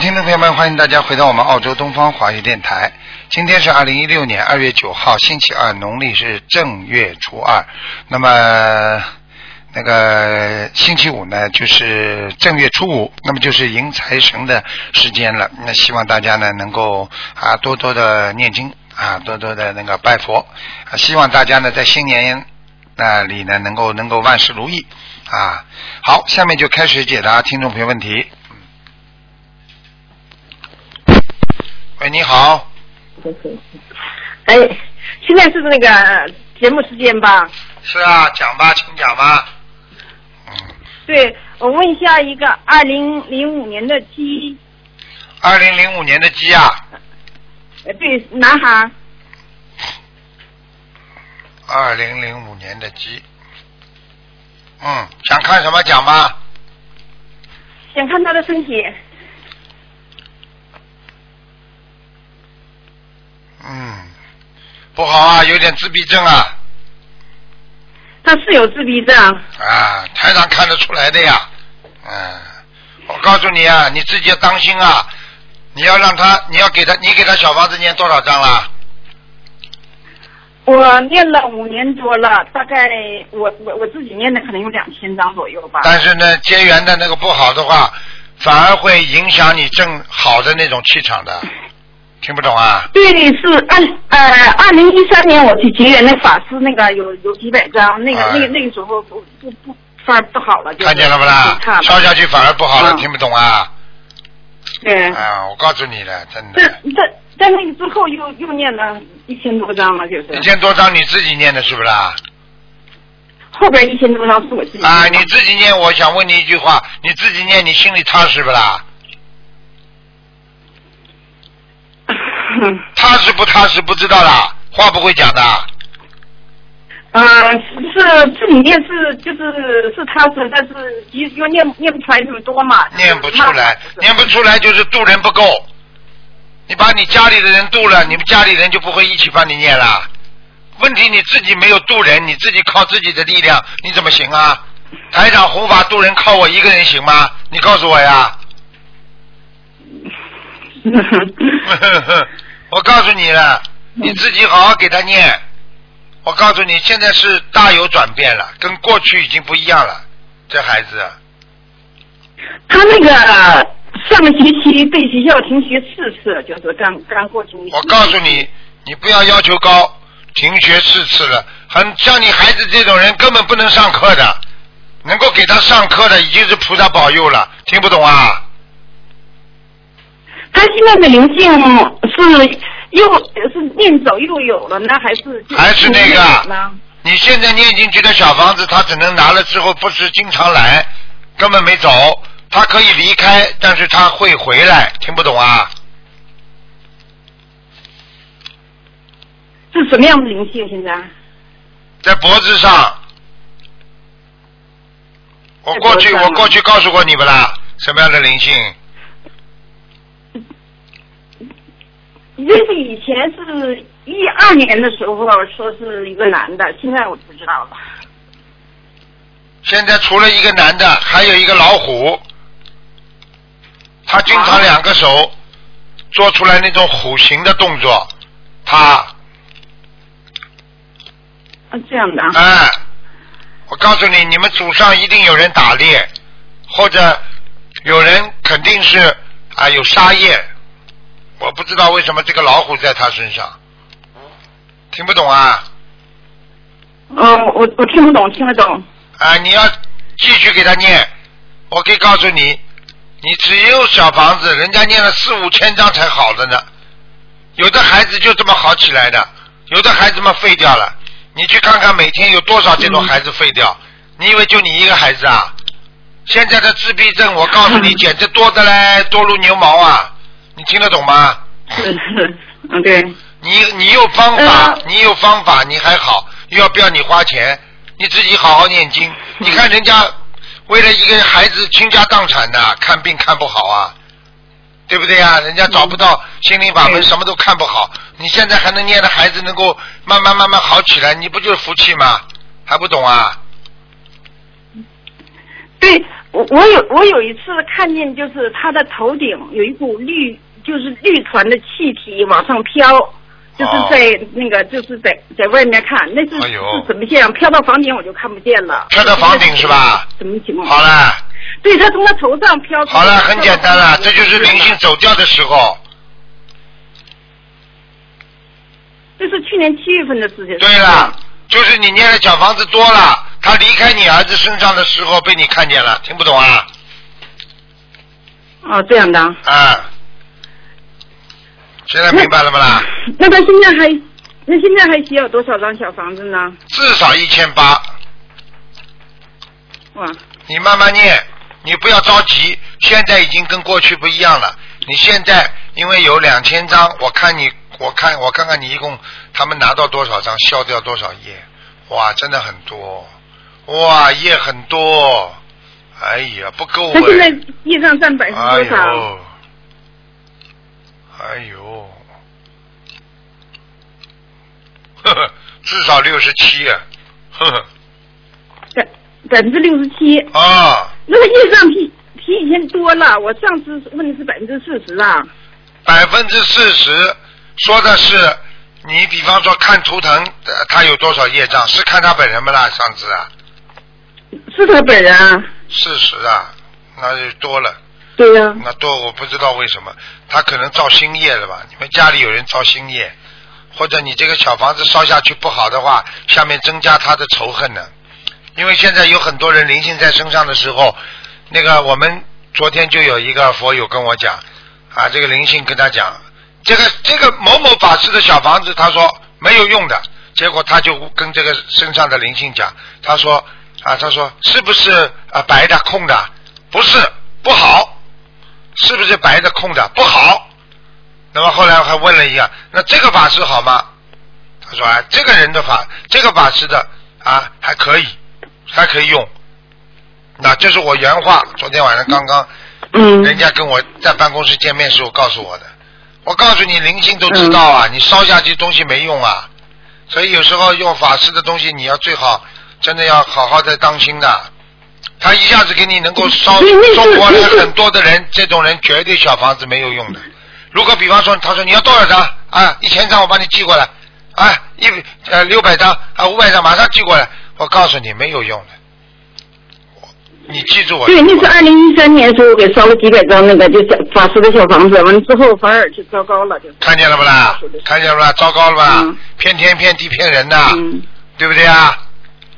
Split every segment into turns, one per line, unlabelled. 听众朋友们，欢迎大家回到我们澳洲东方华语电台。今天是二零一六年二月九号，星期二，农历是正月初二。那么那个星期五呢，就是正月初五，那么就是迎财神的时间了。那希望大家呢能够啊多多的念经啊，多多的那个拜佛。啊、希望大家呢在新年那里呢能够能够万事如意啊。好，下面就开始解答听众朋友问题。喂，你好，
哎，现在是那个呃节目时间吧？
是啊，讲吧，请讲吧。
对，我问一下一个二零零五年的鸡，
二零零五年的鸡啊，
呃，对，男孩，
二零零五年的鸡，嗯，想看什么讲吧？
想看他的身体。
嗯，不好啊，有点自闭症啊，
他是有自闭症，
啊，台长看得出来的呀，嗯，我告诉你啊，你自己要当心啊，你要让他，你要给他，你给他小房子念多少张啦？
我念了五年多了，大概我我我自己念的可能有两千张左右吧。
但是呢，结缘的那个不好的话，反而会影响你正好的那种气场的，听不懂啊？
对，是二呃二零一三年我去结缘那个法师那个有有几百张，那个、
哎
那个那个时候不不不反而不好了，就是
看见了不啦
就差？
烧下去反而不好了，
嗯
听不懂啊？
对。
啊，我告诉你了，真
这
的，
这在那个之后又又念了一千多张了，就是
一千多张你自己念的是不是啦？
后边一千多张是我自己念的
啊，你自己念，我想问你一句话，你自己念，你心里踏实不啦？ 踏实不踏实不知道啦，话不会讲的。
嗯、是自己念是就是是踏实，但是又又念念不出来这么多嘛，
念不
嗯
出来，念不出来就是渡人不够。你把你家里的人渡了，你们家里人就不会一起帮你念了。问题你自己没有渡人，你自己靠自己的力量，你怎么行啊？台长弘法渡人靠我一个人行吗？你告诉我呀。嗯 我告诉你了，你自己好好给他念。我告诉你，现在是大有转变了，跟过去已经不一样了。这孩子，啊
他那个上个学期被学校停学四次，就是刚刚过去。
我告诉你，你不要要求高，停学四次了，很像你孩子这种人根本不能上课的，能够给他上课的已经是菩萨保佑了，听不懂啊？
他现在的灵性是又是念走又有了呢，还是就
还是那个
又有呢
你现在念进去的小房子，他只能拿了之后不是经常来，根本没走，他可以离开，但是他会回来，听不懂啊？
是什么样的灵性现在？
在脖子上。我过去
在脖子上
我过去告诉过你不啦？什么样的灵性？
就是以前是一二年的时候说是一个男的，现在我不知道了。
现在除了一个男的，还有一个老虎，他经
啊
常两个手做出来那种虎形的动作，他
啊，这样的啊，
哎，我告诉你，你们祖上一定有人打猎，或者有人肯定是啊、有杀业，我不知道为什么这个老虎在他身上，听不懂啊？
嗯，我我听不懂，听得懂。
啊，你要继续给他念。我可以告诉你，你只有小房子，人家念了四五千张才好的呢。有的孩子就这么好起来的，有的孩子嘛废掉了。你去看看每天有多少这种孩子废掉？你以为就你一个孩子啊？现在的自闭症，我告诉你，
嗯
简直多得嘞，多如牛毛啊！你听得懂吗？
是是，嗯对，
你你有方法
嗯，
你有方法，你还好，又要不要你花钱？你自己好好念
嗯
经。你看人家为了一个孩子倾家荡产的，看病看不好啊，对不对呀、人家找不到心灵法门，
嗯对
什么都看不好。你现在还能念的孩子能够慢慢慢慢好起来，你不就是福气吗？还不懂啊？
对，我我有我有一次看见，就是他的头顶有一股绿，就是绿团的气体往上飘，就是
哦
在、那个就是在在外面看，那是、
哎呦
是什么现象？飘到房顶我就看不见了。
飘到房顶是吧？
什么情况？
好了，
对他从他头上飘出来。
好了，很简单了，这就是灵性走掉的时候。
这是去年七月份的事情。
对了，就是你念的小房子多了，他离开你儿子身上的时候被你看见了，听不懂啊？
哦，这样的啊。
啊，现在明白了不啦？
那他现在还，那现在还需要多少张小房子呢？
至少一千八，
哇，
你慢慢念，你不要着急，现在已经跟过去不一样了。你现在因为有两千张，我看你，我看我看看你一共他们拿到多少张，消掉多少页，哇，真的很多，哇，页很多，哎呀，不够
他现
哎
在业障占百分
哎
之多少？
呦，哎呦， 呵呵，至少六十七， 呵呵，
百百分之六十七。
啊，
那个业障比比以前多了，我上次问的是百分之四十啊。
百分之四十说的是你，比方说看图腾，呃他有多少业障，是看他本人不啦？上次啊，
是他本人啊？
四十啊，那就多了，
对呀、
那多我不知道为什么，他可能造新业了吧？你们家里有人造新业，或者你这个小房子烧下去不好的话，下面增加他的仇恨呢？因为现在有很多人灵性在身上的时候，那个我们昨天就有一个佛友跟我讲，啊，这个灵性跟他讲，这个这个某某法师的小房子，他说没有用的，结果他就跟这个身上的灵性讲，他说啊，他说是不是啊白的空的？不是，不好，是不是白的空的？不好。那么后来我还问了一下，那这个法师好吗？他说啊，这个人的法，这个法师的啊还可以，还可以用。那这是我原话，昨天晚上刚刚
嗯
人家跟我在办公室见面时候告诉我的。我告诉你，灵性都知道
嗯
啊，你烧下去东西没用啊。所以有时候用法师的东西，你要最好真的要好好的当心的。他一下子给你能够烧
对嗯那是
中国
那
人
是
很多的人，这种人绝对小房子没有用的。如果比方说，他说你要多少张啊？一千张我帮你寄过来，啊，一呃六百张啊五百张马上寄过来。我告诉你没有用的，我你记住我。
对，那是二零一三年时候给烧了几百张那个，就是法师的小房子，完了之后反而就糟糕了，就是。
看见了不啦？看见了不啦？糟糕了吧？
嗯
骗天骗地骗人呐，
嗯，
对不对啊？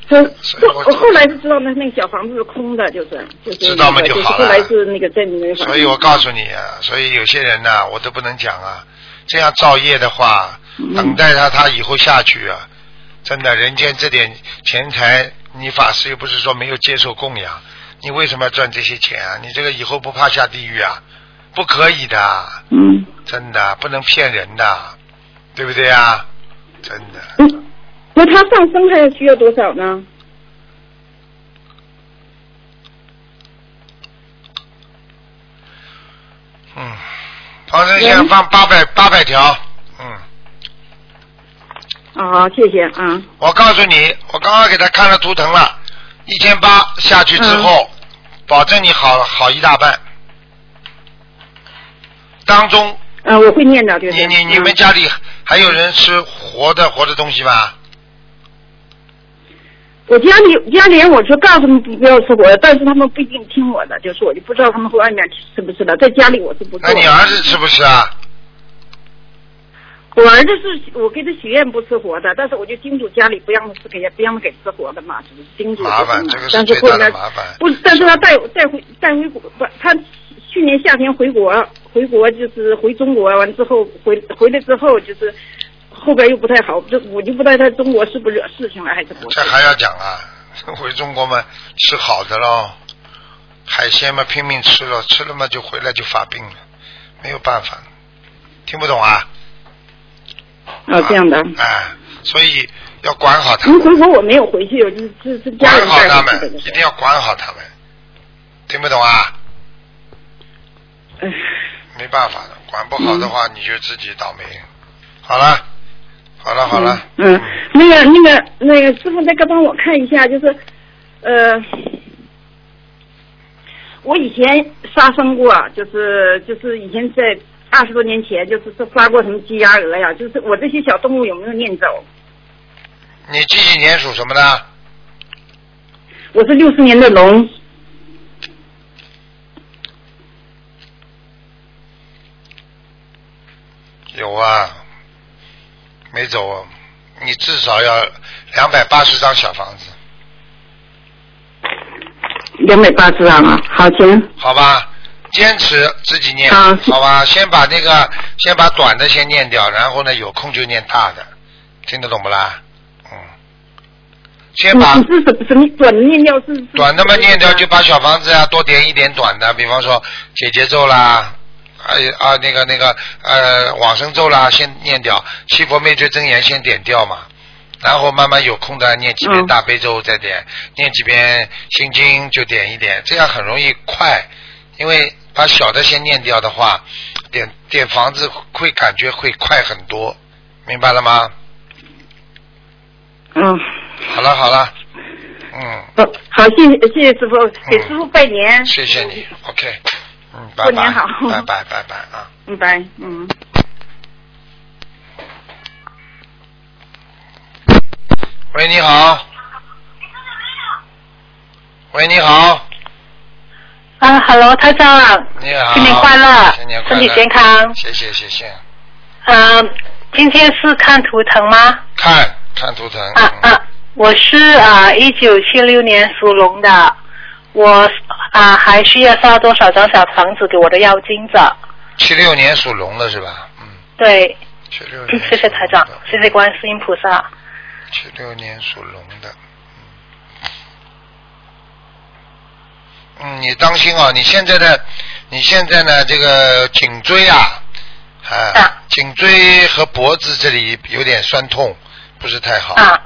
他
所以我
我我后来就知道那那个小房子是空的，就是就是
知道嘛
那个
就好
是后来
了
是那个在你那个房子。
所以我告诉你啊，所以有些人呐、我都不能讲啊。这样造业的话，
嗯
等待他他以后下去啊，真的人间这点钱财，你法师又不是说没有接受供养，你为什么要赚这些钱啊？你这个以后不怕下地狱啊？不可以的，啊
嗯。
真的啊不能骗人的，对不对啊？真的。
嗯，那他上升还需要多少呢？
嗯，唐僧先放八百八百条。嗯，
啊、谢谢啊。
我告诉你，我刚刚给他看了图腾了，一千八下去之后，保证你好好一大半。当中，
嗯、我会念的，就是。
你你你们
嗯
家里还有人吃活的活的东西吗？
我家里家里人，我说告诉他们不要吃活的，但是他们不一定听我的，就是我就不知道他们外面吃不吃的，在家里我是不做
那
的。
你儿子吃不吃啊？
我儿子是我给他许愿不吃活的，但是我就叮嘱家里不让他吃给不让他给吃活的嘛，就是叮嘱
麻烦这
他们
个是
但是
最
后
大的
来
麻烦
不，但是他带带回带回国，不，他去年夏天回国，回国就是回中国，完之后回回来之后就是后边又不太好，就我就不知道他中国是不是惹事情了还是不是
这。还要讲啊？回中国嘛，吃好的喽，海鲜嘛拼命吃了，吃了嘛就回来就发病了，没有办法，听不懂啊？
啊，这样的。
啊，所以要管好他
您
们，
回国我没有回去，我就是是是家
管
人
好
带
他
回去的
们，
就
一
是
定。要管好他们，听不懂啊？
哎
没办法的，管不好的
嗯
话你就自己倒霉。好了，好了，好了，
嗯，嗯那个那个那个师傅，再帮我看一下，就是呃，我以前杀生过，就是就是以前在二十多年前，就是杀过什么鸡鸭鹅呀，就是我这些小动物有没有念咒？
你几几年属什么的？
我是六十年的龙，
有啊，没走啊，你至少要两百八十张小房子，
两百八十张啊，好行，
好吧？坚持自己念，
啊
好吧？先把那个，先把短的先念掉，然后呢，有空就念大的，听得懂不啦？嗯，先把
嗯
你嗯是什么什么短的念掉是？是
短的嘛念掉，就把小房子啊多点一点短的，比方说解节奏啦，哎啊那个那个呃往生咒啦，先念掉，七佛灭罪真言先点掉嘛，然后慢慢有空的念几遍
嗯
大悲咒再点，念几遍心经就点一点，这样很容易快，因为把小的先念掉的话，点点房子会感觉会快很多，明白了吗？
嗯。
好了好了，嗯，
好，好，谢谢谢谢师傅，给师傅拜年，
哦
谢谢你，OK，嗯，拜
过
拜，
年好
拜拜拜拜啊。
嗯，拜，嗯。
喂，你好。喂，你好，
啊，Hello，台长啊，
你好。
新年快乐，
新年快
身
乐，
体健康。
谢谢谢谢。
呃，今天是看图腾吗？
看看图腾。
啊
嗯
啊，我是啊，一九七六年属龙的，我啊还需要烧多少张小房子给我的妖精者？
七六年属龙的是吧？嗯，
对，
七六年。
谢谢台长，
嗯
谢谢。观世音菩萨。
七六年属龙的。嗯，嗯你当心啊！你现在的，你现在呢，这个颈椎啊，啊，
啊
颈椎和脖子这里有点酸痛，不是太好，
啊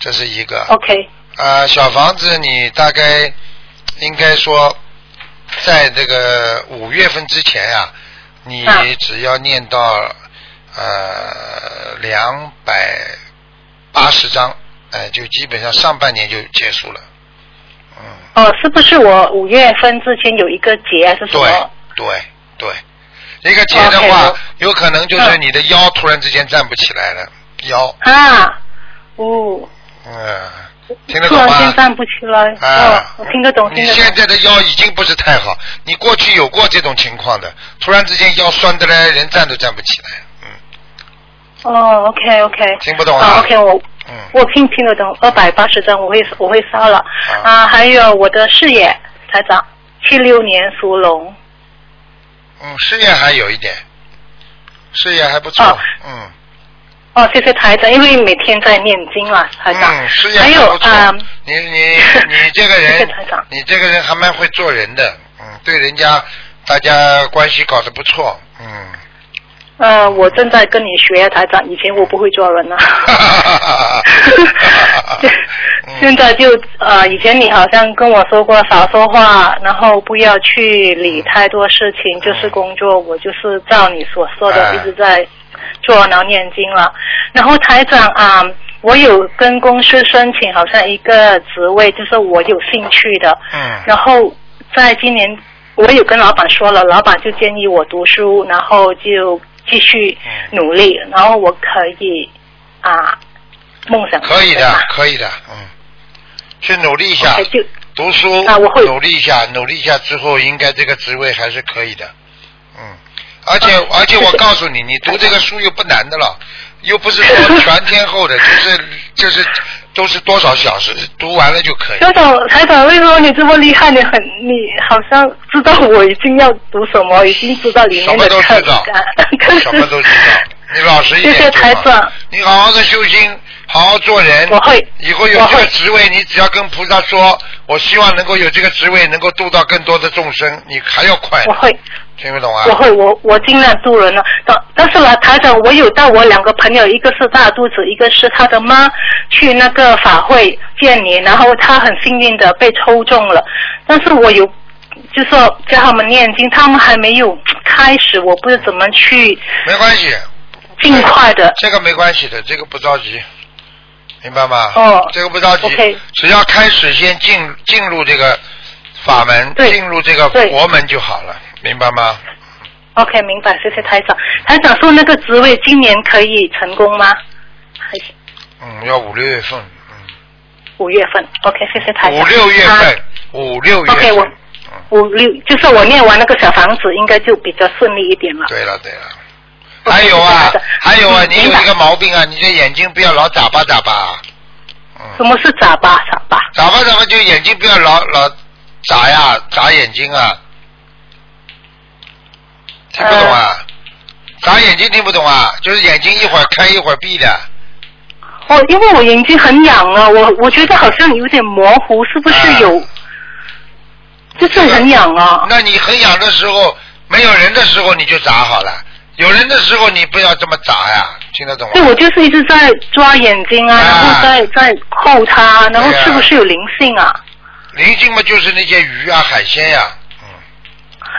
这是一个。
，OK，
啊，小房子你大概应该说，在这个五月份之前呀、你
啊
只要念到呃两百八十章，哎、就基本上上半年就结束了。嗯，
哦，是不是我五月份之前有一个节还是什
对
么？
对对，一个节的话
啊 OK，嗯
有可能就是你的腰突然之间站不起来了，腰，
啊，哦，
嗯，听得
突
懂吗？
然间站不起来，哦
啊，，
我听得懂，听
你
得懂
现。在的腰已经不是太好，你过去有过这种情况的，突然之间腰酸的嘞，人站都站不起来。嗯
哦，OK OK，
听不懂啊
啊？OK，我
嗯，
我听听得懂，二百八十张我会我会烧了
啊
啊，还有我的事业台长，七六年属龙
嗯，事业还有一点，事业还不错。
哦
嗯，
哦，谢谢台长，因为每天在念经啦，台长，
嗯，事业
还
还
有
不错。
啊、
你你你这个
谢谢
人
台长，
你这个人还蛮会做人的，嗯，对人家大家关系搞得不错，嗯。
呃，我正在跟你学台长，以前我不会啊做人呢
嗯。
现在就呃，以前你好像跟我说过少说话，然后不要去理太多事情，就是工作，我就是照你所说的
哎
一直在做，然后念经了。然后台长啊、我有跟公司申请好像一个职位，就是我有兴趣的，
嗯
然后在今年，我有跟老板说了，老板就建议我读书，然后就继续
嗯
努力，然后我可以啊，梦想
可以的
成，
可以的，嗯，去努力一下
OK，就哎
读书，
啊我会
努力一下，努力一下之后，应该这个职位还是可以的，嗯，而且、
嗯
而且我
谢谢
告诉你，你读这个书又不难的了，又不是说全天候的，就是就是都是多少小时，读完了就可以。
校长，台长，为什么你这么厉害？你很，你好像知道我已经要读什么，已经知道里
什
面
么
的
都
课
知道， 什么都知道。你老实一点
谢谢
就好
台长，
你好好的修心，好好做人。
我会
以后有
我
这
会
个职位，你只要跟菩萨说，我希望能够有这个职位，能够度到更多的众生，你还要快
我，会。
听不懂啊？
我会，我我尽量渡人了。但但是呢，台长，我有带我两个朋友，一个是大肚子，一个是他的妈，去那个法会见你，然后他很幸运的被抽中了。但是我有，就说叫他们念经，他们还没有开始，我不知道怎么去
没关系，
尽快 的。
这个没关系的，这个不着急，明白吗？
哦
这个不着急
OK，
只要开始先进进入这个法门，
对
进入这个
对
佛门就好了，明白吗？
OK，明白，谢谢台长。台长说那个职位今年可以成功吗？还是
嗯，要五六月份，
五月份？OK，谢谢台
嗯，
长。
五六月
啊
份，五六月
OK，我
份，嗯，
五六，就是我念完那个小房子，应该就比较顺利一点了。
对了对了。
我
还有
明白
啊
的，
还有啊，
嗯
你
明
有
白
一个毛病啊，你这眼睛不要老眨巴眨巴，
什
嗯，
么是眨巴？眨巴？
眨巴眨巴就眼睛不要老老眨呀，眨眼睛啊，听不懂
呃
啊？眨眼睛听不懂啊？就是眼睛一会儿开一会儿闭的，
我哦因为我眼睛很痒啊，我我觉得好像有点模糊，是不
啊
是有？就是很痒啊。
那你很痒的时候，没有人的时候你就眨好了，有人的时候你不要这么眨呀，听得懂
对，
吗？
我就是一直在抓眼睛啊，
啊
然后在在扣它，然后
对啊
是不是有灵性啊？
灵性嘛就是那些鱼啊、海鲜呀、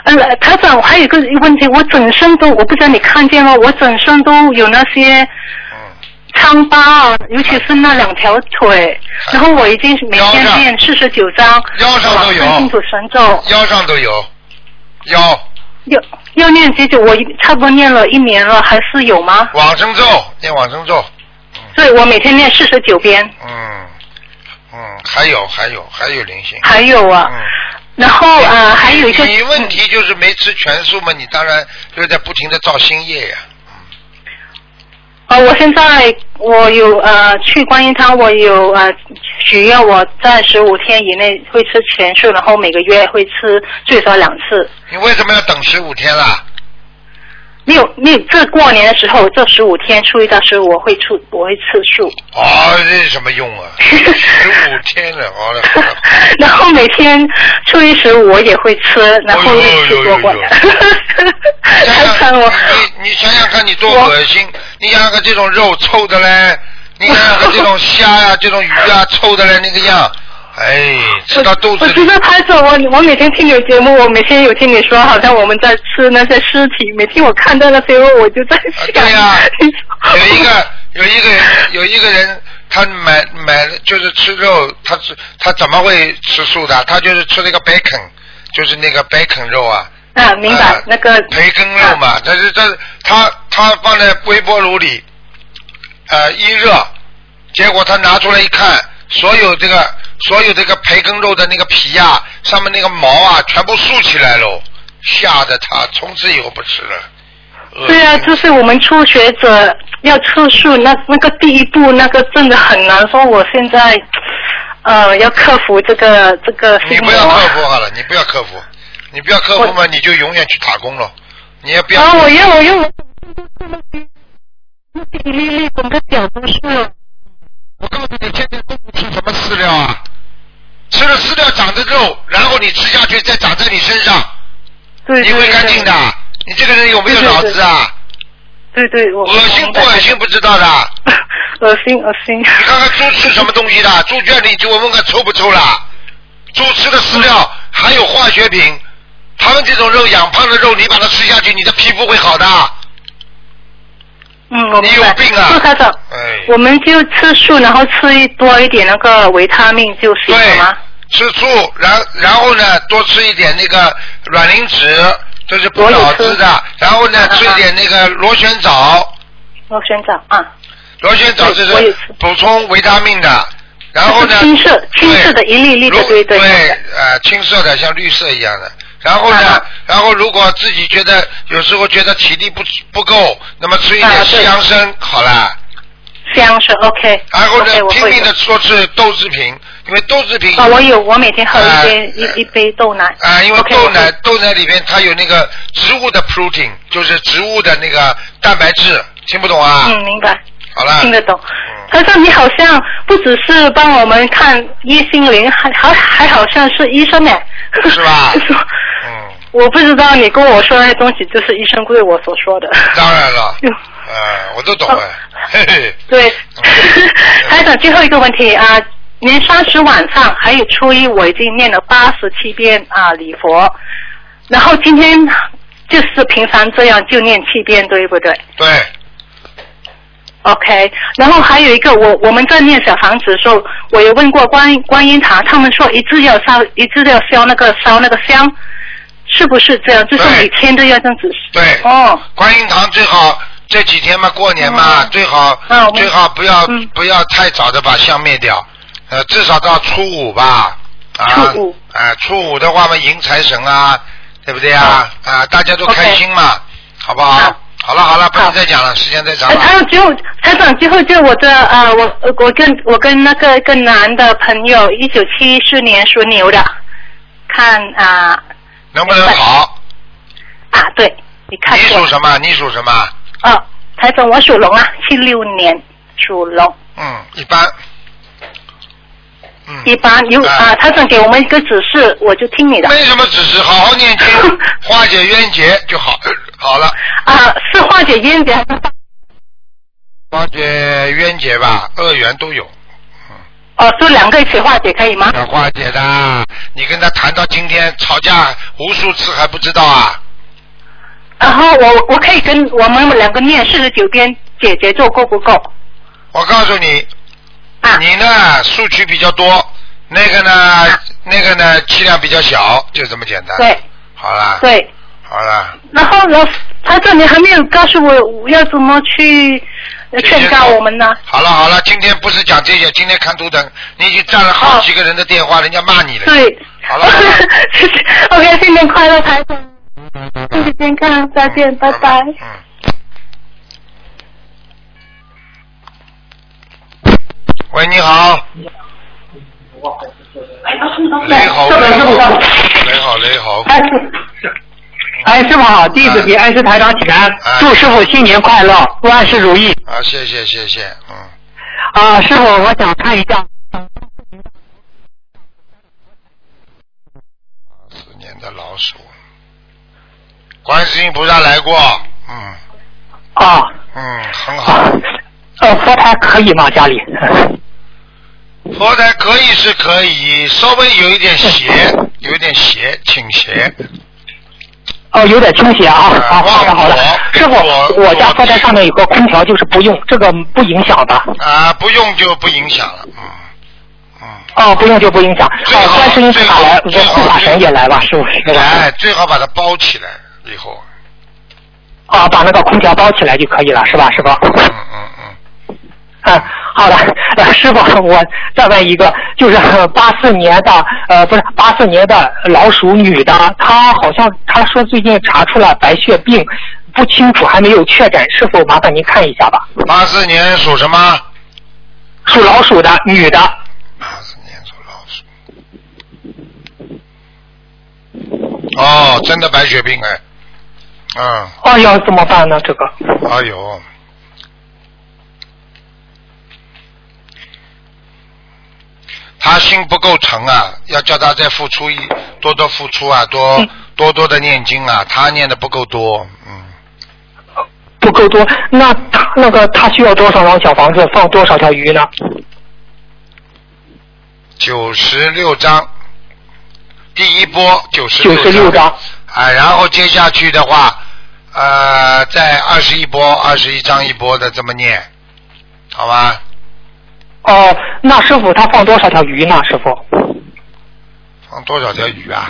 嗯
呃，台长，我还有一个问题，我整身都，我不知道你看见吗？我整身都有那些
嗯，
疮疤啊，尤其是那两条腿，然后我已经每天
哎腰上
练四十九章，
腰上都有
往生净土神咒，
腰上都有，腰
要要念几久？我差不多念了一年了，还是有吗？
往生咒念往生咒，
对，我每天念四十九遍，
嗯嗯，还有还有还有灵性，
还有啊，
嗯。
然后呃，还有一个
你问题就是没吃全素嘛，你当然就在不停的造新业呀、
呃，我现在我有呃去观音堂，我有呃许愿，我在十五天以内会吃全素，然后每个月会吃最少两次。
你为什么要等十五天啦？
没有，没有，这过年的时候，这十五天初一到十五我会出，我会吃 素。
哦，这有什么用 啊？十五天啊哦了，好了好了。好了
然后每天初一十五我也会吃， 然后
哎呦
吃多过年。
想
还
想
看我，
哎你你想想看，你多恶心！你想想看，这种肉臭的嘞，你想想看这 种虾呀、这种鱼啊，臭的嘞那个样，哎，吃到肚
我
子
我知
里。
道拍手，我我每天听你的节目，我每天有听你说，好像我们在吃那些尸体，每天我看到那些肉，我就在
啊
想，
对呀
你
有一个有一个人有一个人，他买买就是吃肉，他吃他怎么会吃素的？他就是吃那个 bacon，就是那个 bacon 肉啊。
啊，明白、
呃
那个
培根肉
啊
嘛，但是这他他放在微波炉里，呃一热，结果他拿出来一看，所有这个所有这个培根肉的那个皮啊，上面那个毛啊，全部竖起来喽，吓得他从此以后不吃了。恶
对啊，
心
就是我们初学者要吃素，那那个第一步，那个真的很难说。我现在呃要克服这个这个
你
心
不
魔。
要克服好了，你不要克服，你不要克服嘛，你就永远去打工了，你也不要。
啊，我要我要。一粒粒整个脚都是，
我告诉你，现在动物吃什么饲料啊？吃了饲料长的肉，然后你吃下去再长在你身上，
对
你
对
会
对，
干净的。你这个人有没有脑子啊？
对对，我
恶心不恶心？不知道的。
恶心恶心。
你看看猪吃什么东西的？猪圈里就我问看臭不臭啦？猪吃的饲料含有化学品，他们这种肉养胖的肉，你把它吃下去，你的皮肤会好的。
嗯，我
你
明
有
白。
病啊
陆台长，
哎，
我们就吃素，然后吃一多一点那个维他命就行了
对
吗？，
吃醋，然然后呢，多吃一点那个卵磷脂，这是补脑子的。然后呢，
嗯嗯
吃一点那个螺旋藻，
螺旋藻啊，
螺旋藻这
对我也
是
吃
补充维他命的。然后呢，
就是青色青色的一粒粒的
对
对对对
对，呃，青色的像绿色一样的。然后呢
啊，
然后如果自己觉得有时候觉得体力不不够，那么吃一
啊
点
对
西洋参好啦。
香是 OK。
然后呢
OK，，我
拼
会
命的说吃豆制品，因为豆制品
啊，我有，我每天喝一杯、
嗯啊
一一杯豆奶。
啊，因为
OK，嗯
豆奶
我会
豆奶里边它有那个植物的 protein，就是植物的那个蛋白质，听不懂啊？
嗯，明白，
好了，
听得懂。
嗯
他说你好像不只是帮我们看一心灵，还还还好像是医生哎。
是 吧
就是
嗯，
我不知道你跟我说那些东西，就是医生对我所说的。
当然了，
就
呃，我都懂了
哦，
嘿嘿，
对
嗯，
还有最后一个问题啊，年三十晚上还有初一，我已经念了八十七遍啊礼佛，然后今天就是平常这样就念七遍，对不对？
对，
OK，然后还有一个，我我们在念小房子的时候，我也问过观观音堂，他们说一直要烧，一直要烧那个烧那个香，是不是这样？就是
对
每天都要这样子。
对，
哦，
观音堂最好这几天嘛，过年嘛，
嗯
最好、
嗯我
最好不要、
嗯
不要太早的把香灭掉，呃，至少到初五吧。啊、
初五
啊、初五的话嘛，迎财神啊，对不对啊？啊、大家都开心嘛好不好？
好
好了好了，不
好
能再讲了，时间太长
呃，
了。
还有最后，台长最后就我的呃，我我跟我跟那个一个男的朋友，一九七四年属牛的，看啊、
能不能好？
啊，对，你看
你属
过
什么？你属什么？
哦，台长我属龙啊，七六年属龙，
嗯，一般。嗯，
一般有
哎
啊，台长给我们一个指示，我就听你的。
没什么指示，好好念 经，化解冤结就好 好了。
啊，是化解冤结还是化？
化解冤结吧，恶缘都有，
哦，是两个一起化解可以吗？
要化解的。你跟他谈到今天吵架无数次还不知道啊？
然后我我可以跟我们两个念四十九遍解节奏够不够？
我告诉你，
啊，
你呢数区比较多，那个呢
啊
那个呢气量比较小，就这么简单。
对
好啦，
对。
好啦，
然后呢，他这里还没有告诉我我要怎么去呃劝告我们呢？
好了好了，今天不是讲这些，今天看图腾，你已经占了好几个人的电话，人家骂你了。
对。
好了好了
谢谢，OK，新年快乐，台长，身体健康，再见，拜拜。
嗯。喂，你好。雷猴，
这边
雷
师
猴
傅，
雷猴，雷猴。
哎，师哎，师傅好，弟子
嗯
给恩师台长请安
哎，
祝师傅新年快乐，万事如意。
啊，谢谢，谢谢，嗯，
啊，师傅，我想看一下，
四年的老鼠，观世音菩萨来过，嗯
啊，
嗯，很好
啊。呃，佛台可以吗？家里？
佛台可以是可以，稍微有一点 斜，有一点斜，倾斜。
嗯哦，有点倾斜啊，啊，
呃忘
好的好的
我，
师傅
我，
我家
我
佛台上面有个空调，就是不用，这个不影响的，
啊，不用就不影响了，嗯嗯。
哦，不用就不影响。
最
哦，
好
观世音菩萨来，我
最好
护法神也来吧，师傅，是吧？
哎，最好把它包起来，以后，
啊，把那个空调包起来就可以了，是吧，师傅？
嗯嗯嗯，
嗯，好的，呃，师傅， 我再问一个，就是 八四年的，呃，不是八四年的老鼠女的，她好像她说最近查出了白血病，不清楚还没有确诊，是否麻烦您看一下吧？
八四年属什么？
属老鼠的女的，
八四年属老鼠。哦，真的白血病哎，嗯，
哎呀，怎么办呢？这个，
哎呦，他心不够诚啊，要叫他再付出一多多付出啊，多、
嗯
多多的念经啊，他念的不够多，嗯。
不够多，那她那个她需要多少张小房子，放多少条鱼呢？
九十六章，第一波九十
九十六张，
啊，然后接下去的话，呃，在二十一波、二十一章一波的这么念，好吧？
哦、那师傅她放多少条鱼呢？师傅，
放多少条鱼啊？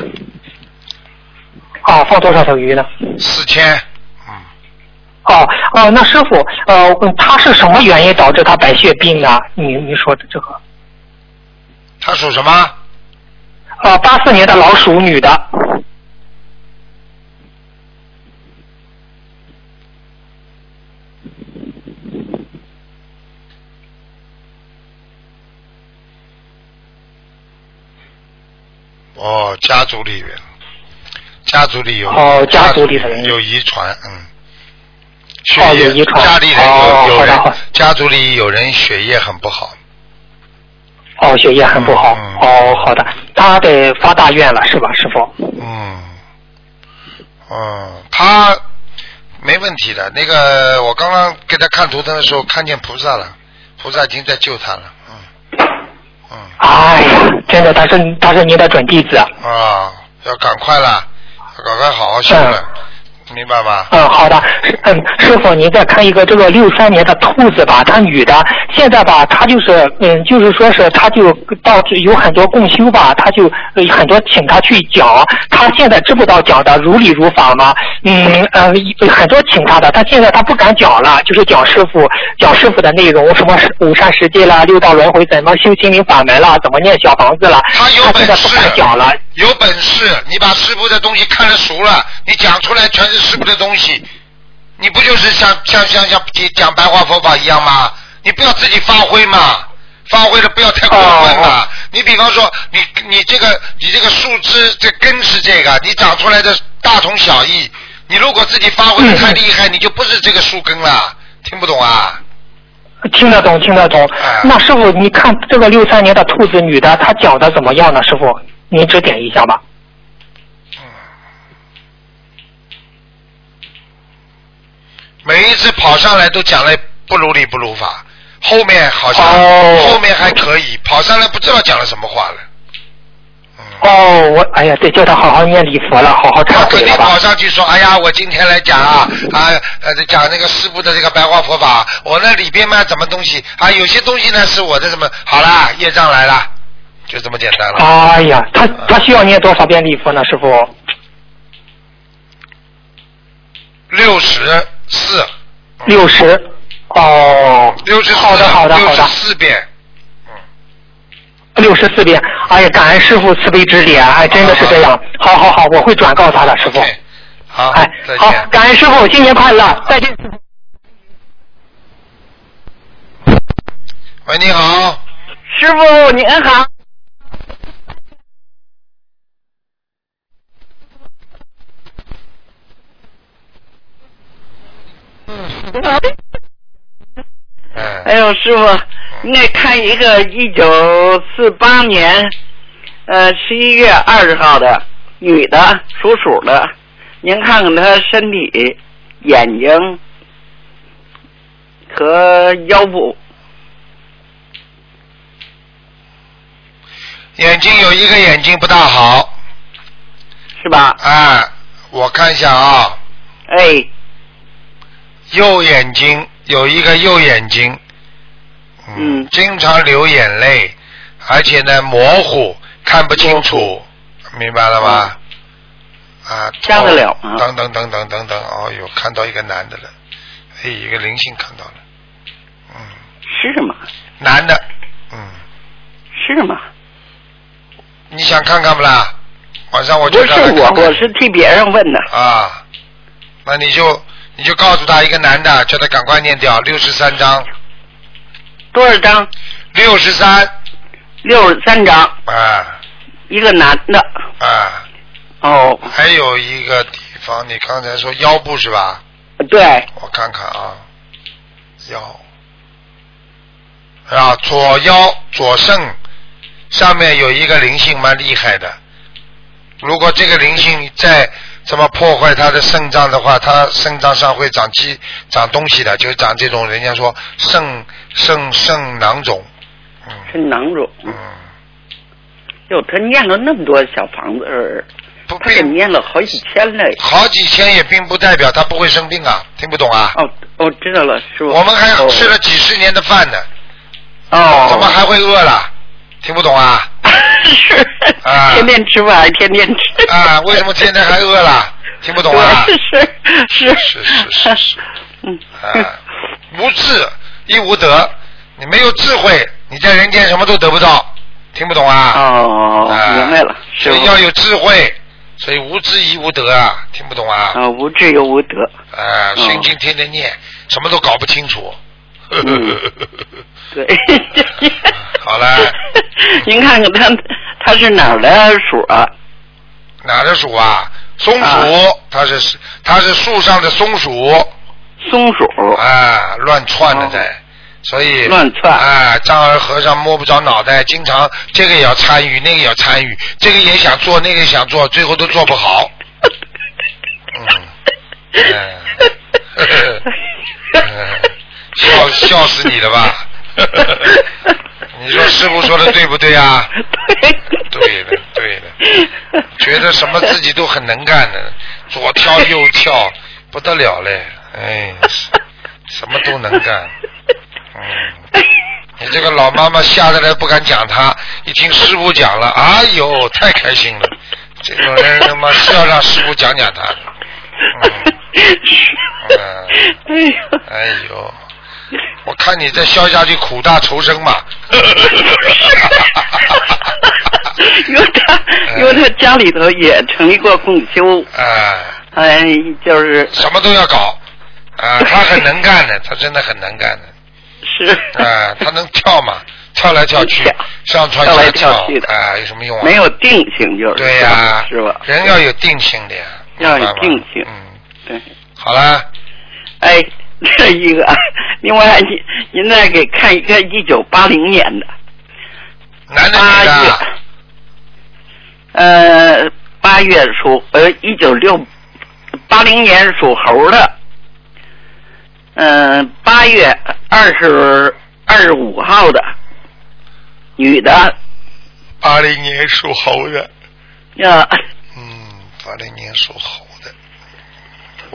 啊，放多少条鱼呢？
四千，嗯，
哦哦，那师傅，呃，嗯他是什么原因导致他白血病呢？你你说的这个，
他属什么？
呃，八四年的老鼠女的，
哦，家族里人，家族里有
哦家族里的人
有遗传，嗯，血
哦
液、
有遗传
家里人有、
哦
有
好的
人
好的
家族里有人血液很不好，
哦，血液很不好。
嗯
哦，好的，他得发大愿了是吧，师傅？
嗯，嗯，他没问题的。那个，我刚刚给他看图腾的时候，看见菩萨了，菩萨已经在救他了。嗯，嗯，
哎呀，真的，他
啊
是他是您的准弟子。
啊，要赶快了，要赶快好好修了。明白吗？
嗯，好的，嗯，师傅，您再看一个这个六三年的兔子吧，她女的，现在吧，她就是，嗯，就是说是她就到有很多共修吧，她就呃很多请她去讲，她现在知不道讲的如理如法吗？嗯，呃，很多请她的，她现在她不敢讲了，就是讲师傅讲师傅的内容，什么五善十戒啦，六道轮回，怎么修心灵法门啦，怎么念小房子啦，
他有
现
本
在不
事
敢讲了。，
有本事，你把师傅的东西看得熟了，你讲出来全是师傅的东西，你不就是像像像像讲白话佛法一样吗？你不要自己发挥嘛，发挥的不要太过分嘛。
哦
你比方说，你你这个你这个树枝这根是这个，你长出来的大同小异。你如果自己发挥的
嗯
太厉害，你就不是这个树根了，听不懂啊？
听得懂，听得懂
哎。
那师傅，你看这个六三年的兔子女的，她讲的怎么样呢？师傅，您指点一下吧。
每一次跑上来都讲了不如理不如法，后面好像、
哦
后面还可以，跑上来不知道讲了什么话了。嗯，
哦，我哎呀，得叫她好好念礼佛了，好好
他
忏悔
肯定
了
跑
吧。
上去说：“哎呀，我今天来讲啊啊呃讲那个师傅的这个白话佛法，我那里边嘛怎么东西啊，有些东西呢是我的什么好啦，业障来了，就这么简单了。
哎呀，她她需要念多少遍礼佛呢？师傅，
六十四，
六十。哦，
六十
好的好的
六
好
十
的，
四遍。
六十四遍。哎呀，感恩师傅慈悲指点，哎，真的是这样。好好好，我会转告她的，师傅。
OK，好，
哎
再，
好
见，。
感恩师傅，新年快乐，再见。师傅
喂，你好，
师傅您好，
嗯，
哎呦，师傅，您给看一个一九四八年，呃，十一月二十号的女的，属鼠的，您看看她身体、眼睛和腰部。
眼睛有一个眼睛不大好，
是吧？
啊，我看一下啊，
哎，
右眼睛有一个右眼睛，
嗯
经常流眼泪，而且呢模糊，看不清楚，明白了吗？啊，
下嗯得了
哦
吗
等等等等等等，哦哟，看到一个男的了，哎，一个灵性看到了，嗯，
是吗？
男的，嗯，
是吗？
你想看看不啦？晚上我
不
就是让他
我
看，看
我是替别人问的。
啊，那你就你就告诉他一个男的，叫他赶快念掉六十三章，
多少张？
六十三
六十三张，
啊
一个男的。
啊，
哦，
还有一个地方，你刚才说腰部是吧？
对，
我看看啊，腰啊，左腰左肾上面有一个灵性蛮厉害的，如果这个灵性再怎么破坏他的肾脏的话，他肾脏上会长鸡长东西的，就是长这种人家说肾肾肾囊肿，
是
嗯
囊肿。
嗯，
哟，他念了那么多小房子儿，
不
他给
并
念了好几千嘞。
好几千也并不代表他不会生病啊，听不懂啊？
哦，哦，知道了，师傅。
我们还
哦
吃了几十年的饭呢，
哦，
怎么还会饿了？听不懂啊？
是
啊
天天吃饭，天天吃
啊，为什么天天还饿了？听不懂啊？
对是
是是是是，
嗯，
啊，无智亦无德，你没有智慧，你在人间什么都得不到，听不懂啊？
哦，
啊
明白了，师
所以
傅
要有智慧，所以无智亦无德啊，听不懂啊？
啊，无智又无德，
啊，
嗯
心经天天念，什么都搞不清楚。
嗯对，
好了，
您看看他他是哪儿的鼠啊？
哪个鼠啊？松
啊
鼠，它是它是树上的松鼠，
松鼠，
啊，乱窜的
哦
在，所以
乱窜
啊，丈二和尚摸不着脑袋，经常这个也要参与，那个也要参与，这个也想做，那个也想做，最后都做不好。嗯，哎 嗯 笑笑死你了吧？ 你说师傅说的对不对啊？
对，
对的，对的，觉得什么自己都很能干的，左跳右跳，不得了嘞！哎，什么都能 干。嗯，你这个老妈妈吓得来不敢讲她，一听师傅讲了，哎呦，太开心了！这种人他妈是要让师傅讲讲他的。嗯
哎呦，
哎呦，我看你在消下去苦大仇深嘛。
因为他因为他家里头也成立过共修，
哎，
哎，就是
什么都要搞。啊，他很能干的，他真的很能干的。
是
啊，他能跳嘛？跳来跳去
跳，
上蹿
跳来
下
跳去的
啊，有什么用啊？
没有定性，就是
对呀、
是吧？
人要有定性的呀，
要
明
有
白吗
定性
嗯，
对，
好啦，
哎， 这一个，另外您您再给看一个一九八零年的
男的
八
女的啊
月，呃，八月属呃一九六八零年属猴的，嗯、八月二十二十五号的女的，
八零年属猴的，
呃，
嗯，八零年属猴的，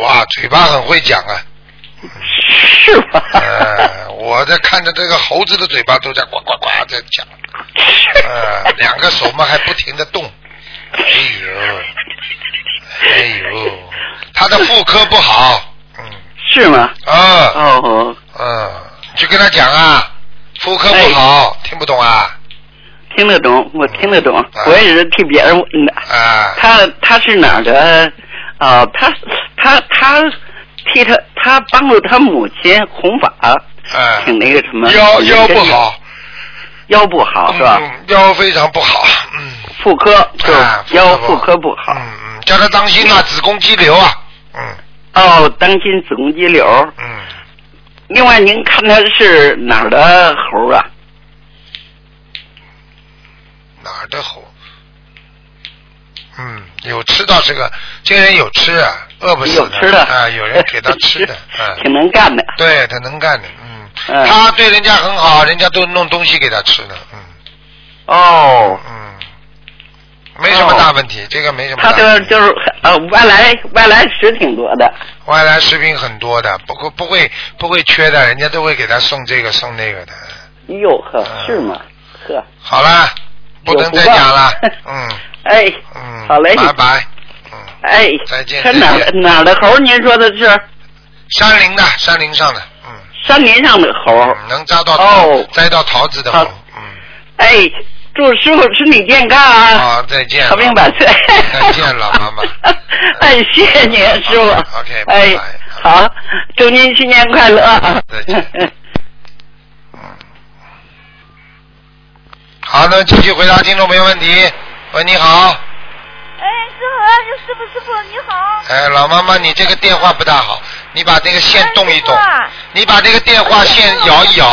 哇，嘴巴很会讲 啊，
是吧？
呃，我在看着这个猴子的嘴巴都在呱呱呱在讲，呃，两个手嘛还不停的动，哎呦，哎呦，他的妇科不好，嗯，
是吗？
啊、
哦，
嗯，你就跟他讲啊，妇科不好，
哎
听不懂啊？
听得懂，我听得懂，
啊
我也是替别人问的。
啊，
他他是哪儿的？啊、他他他替他他帮助他母亲弘法，
啊，
挺那个什么
腰腰不，好，
腰不好是吧？
嗯，腰非常不好，嗯，
妇科是吧
啊，
腰
妇
妇
科
科不好。
嗯嗯，叫他当心啊，子宫肌瘤啊，嗯
哦，当心子宫肌瘤。
嗯，
另外，您看他是哪儿的猴啊？
哪儿的猴？嗯，有吃到这个，这个人有吃啊，饿不死
有吃的，
啊，有人给他吃的 啊，
挺能干的。
对他能干的，嗯，
嗯
他对人家很好，人家都弄东西给他吃的，嗯。
哦，
嗯，没什么大问题，这个没什么
他
大
就
问题。
就是呃外来外来食挺多的。
外来食品很多的，不会不会不会缺的，人家都会给他送这个送那个的。
哟呵
嗯，
是吗？呵，
好啦，不能再讲了，嗯
哎，
嗯，
好嘞，
拜拜，嗯，
哎，
再见
他
再
哪
见
哪儿的猴？您说的是
山林的山林上的，嗯，
山林上的猴？
嗯能摘到
哦
摘到桃子的
好
红，嗯，
哎，祝师傅身体健康啊，
好，再见，
长命百岁。
再见老妈妈
哎，谢谢您，师傅。
OK，拜
哎
拜，嗯
好，祝您新年快乐。啊
再见嗯，好，那继续回答听众朋友问题。喂，你好，
哎，师傅，哎师傅，师傅你好。
哎，老妈妈，你这个电话不大好，你把这个线动一动
哎师傅啊，
你把这个电哎话线摇一摇。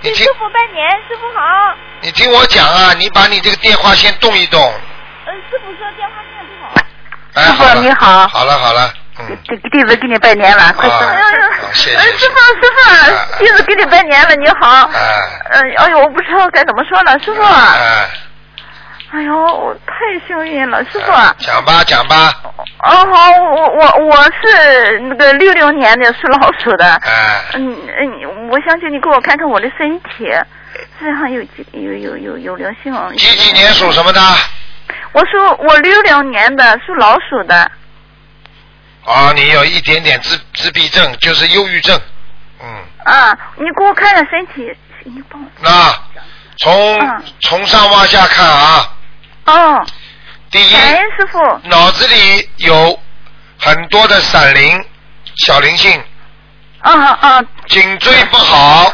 你
给
听
哎师，傅拜年，师傅好。
你听我讲啊，你把你这个电话线动一动。
呃，师傅说电话线不好。
哎，
师傅
好了
你好
好了好了，嗯，
弟弟子给你拜年了，快
啊
生
哎
日！
呦
好谢谢
哎
谢谢
师傅，
啊
师傅，弟子给你拜年了，你好。
哎，
嗯，哎呦，我不知道该怎么说哦了，师傅。
嗯
哎，
哎呦，我太幸运了，师傅。
嗯
哎讲吧讲吧，
哦，好，我我我是那个六六年的，属老鼠的。
哎，
嗯嗯，我想请你给我看看我的身体，身上有几有有有有灵性。哦
几几年属什么的？
我属我六零年的，属老鼠的。
哦，你有一点点自自闭症，就是忧郁症，嗯。
啊，你给我看看身体，你帮我。
那从、
嗯
从上往下看啊，
哦，
第一，
感恩师傅。哦
脑子里有很多的闪灵、小灵性，
啊啊
颈椎不好，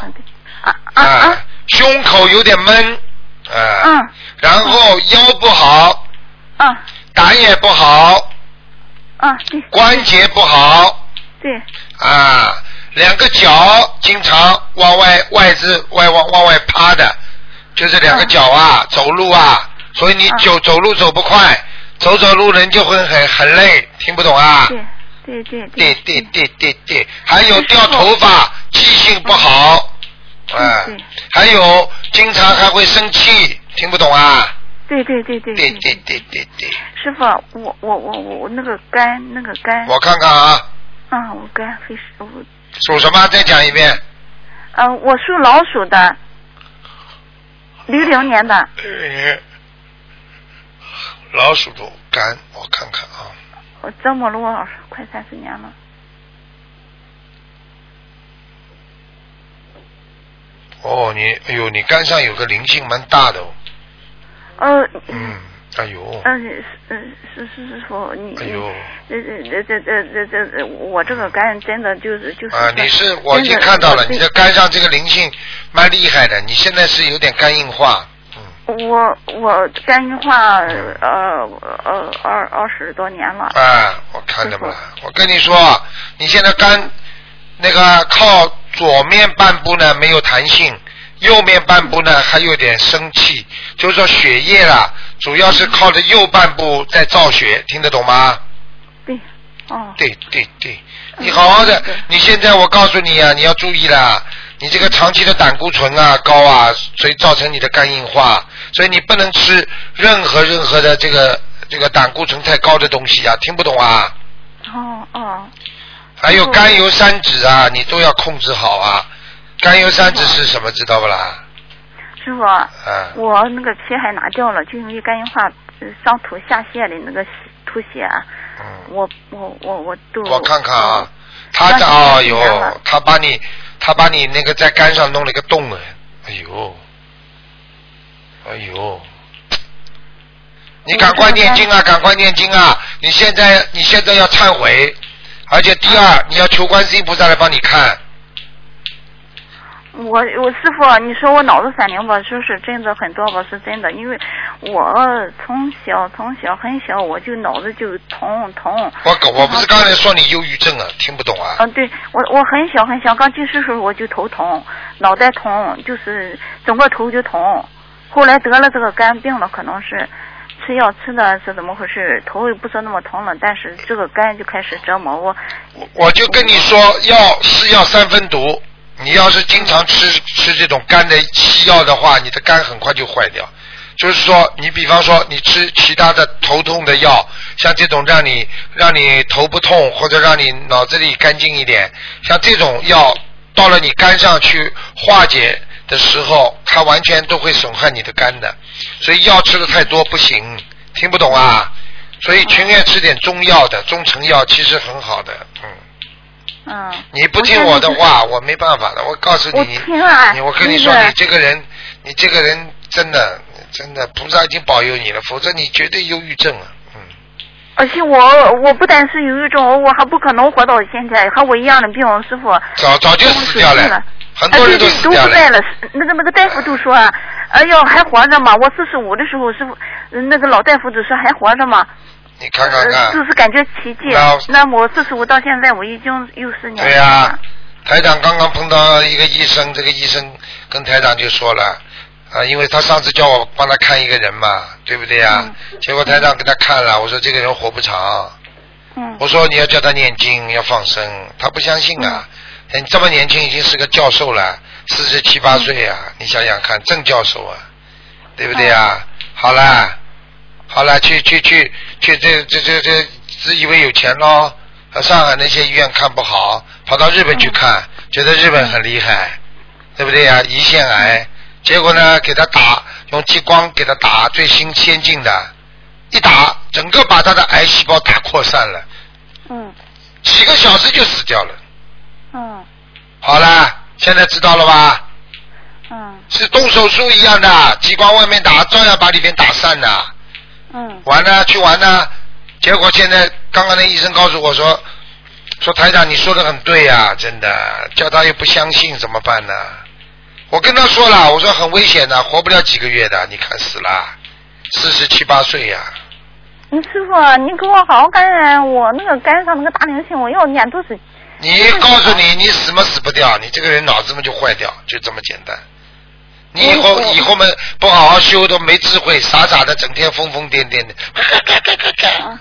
啊
啊、
啊啊！
胸口有点闷，啊、
嗯
然后腰不好，
啊
胆也不好，
啊！对
关节不好，
对，
啊，两个脚经常往外外置外往往外趴的，就是两个脚啊，走路啊，所以你
嗯
走、走路走不快，走走路人就会很很累，听不懂啊？
对对对
对
对
对对对对，还有掉头发，记性不好，
嗯
啊
对，
还有经常还会生气，听不懂啊？
对对对对
对对对对对，
师傅，我我我我我那个肝那个肝，
我看看啊，
啊，我肝非是我
属什么？再讲一遍，
呃，我属老鼠的，零零年的，
呃老鼠的肝，我看看啊，
我折磨了我快三十年了。
哦，你哎呦，你肝上有个灵性蛮大的哦，
呃，
嗯，哎呦，
嗯，是嗯是是师傅，你
哎呦。
这这这这这这，我这个肝真的就是就是
啊，
说
你是我已经
真的
看到了，
对
你的肝上这个灵性蛮厉害的，你现在是有点肝硬化，嗯，
我我肝硬化呃呃二二十多年了，
啊，我看见了，我跟你说，你现在肝那个靠左面半部呢没有弹性，右面半部呢还有点生气，就是说血液啦，主要是靠着右半部在造血，听得懂吗？
对，哦，
对对对，你好好的
嗯对，
你现在我告诉你啊，你要注意啦，你这个长期的胆固醇啊高啊，所以造成你的肝硬化，所以你不能吃任何任何的这个这个胆固醇太高的东西啊，听不懂啊？
哦哦，
还有甘油三酯啊，你都要控制好啊。甘油三酯是什么？知道不啦？
师傅，
啊，
我那个皮还拿掉了，就因为肝硬化呃上吐下泻的那个吐血，啊
嗯，
我我我我都嗯
我看看啊，，他的
那
哦
你怎么啊样了
哟，他把你他把你那个在肝上弄了一个洞哎，哎呦，哎呦，你赶快念经啊，赶快念经啊！你现在你现在要忏悔，而且第
啊
二你要求观世音菩萨来帮你看，
我我师傅，啊你说我脑子闪灵吧，说是真的很多吧，是真的，因为我从小从小很小我就脑子就疼疼。
我搞我不是刚才说你忧郁症啊，听不懂啊？
嗯，对我我很小很小，刚近视时候我就头疼，脑袋疼，就是整个头就疼。后来得了这个肝病了，可能是吃药吃的是怎么回事？头也不说那么疼了，但是这个肝就开始折磨我。
我我就跟你说，药是药三分毒。你要是经常吃吃这种肝的西药的话，你的肝很快就坏掉。就是说，你比方说你吃其他的头痛的药，像这种让你让你头不痛，或者让你脑子里干净一点，像这种药到了你肝上去化解的时候，它完全都会损害你的肝的。所以药吃的太多不行，听不懂啊？所以情愿吃点中药的，中成药其实很好的，嗯。
嗯，
你不听我的话，我没办法的。我告诉
我
你，
听啊了
你我跟你说，
那个
你这个人，你这个人真的真的，菩萨已经保佑你了，否则你绝对忧郁症了。嗯，
而且我我不但是有一种，我还不可能活到现在，和我一样的病，师傅。
早早就死掉
都不
了
是了，
很
哎，
多
对
人
对，
死
都
掉
不在
了。
了。那个那个大夫都说，哎呦还活着吗？我四十五的时候，师傅那个老大夫就说还活着吗？
你看看
呃就
看，
是感觉奇迹
那。
那么我四十五到现在，我已经有十年了。
对呀、台长刚刚碰到一个医生，这个医生跟台长就说了。啊，因为他上次叫我帮他看一个人嘛，对不对呀、结果台长给他看了，我说这个人活不长，
嗯
我说你要叫他念经，要放生，他不相信啊。你这么年轻，已经是个教授了，四十七八岁啊，你想想看，正教授啊，对不对啊？好啦，好啦，去去去去，这这这这自以为有钱喽，啊上海那些医院看不好，跑到日本去看，觉得日本很厉害，对不对呀、胰腺癌，结果呢，给他打用激光给他打最新先进的，一打，整个把他的癌细胞打扩散了。
嗯
几个小时就死掉了。
嗯
好了，现在知道了吧？
嗯
是动手术一样的，激光外面打，照样把里面打散的。
嗯
玩呢，去玩呢。结果现在刚刚那医生告诉我说，说台长你说的很对呀、真的，叫他又不相信怎么办呢？我跟他说了，我说很危险的，活不了几个月的，你看死了，四十七八岁呀、
嗯，师傅，你给我好好感染我那个肝上那个大灵性，我要念多少？
你告诉你，你死嘛死不掉，你这个人脑子嘛就坏掉，就这么简单。你以后以后嘛不好好修，都没智慧，傻傻的，整天疯疯癫癫的，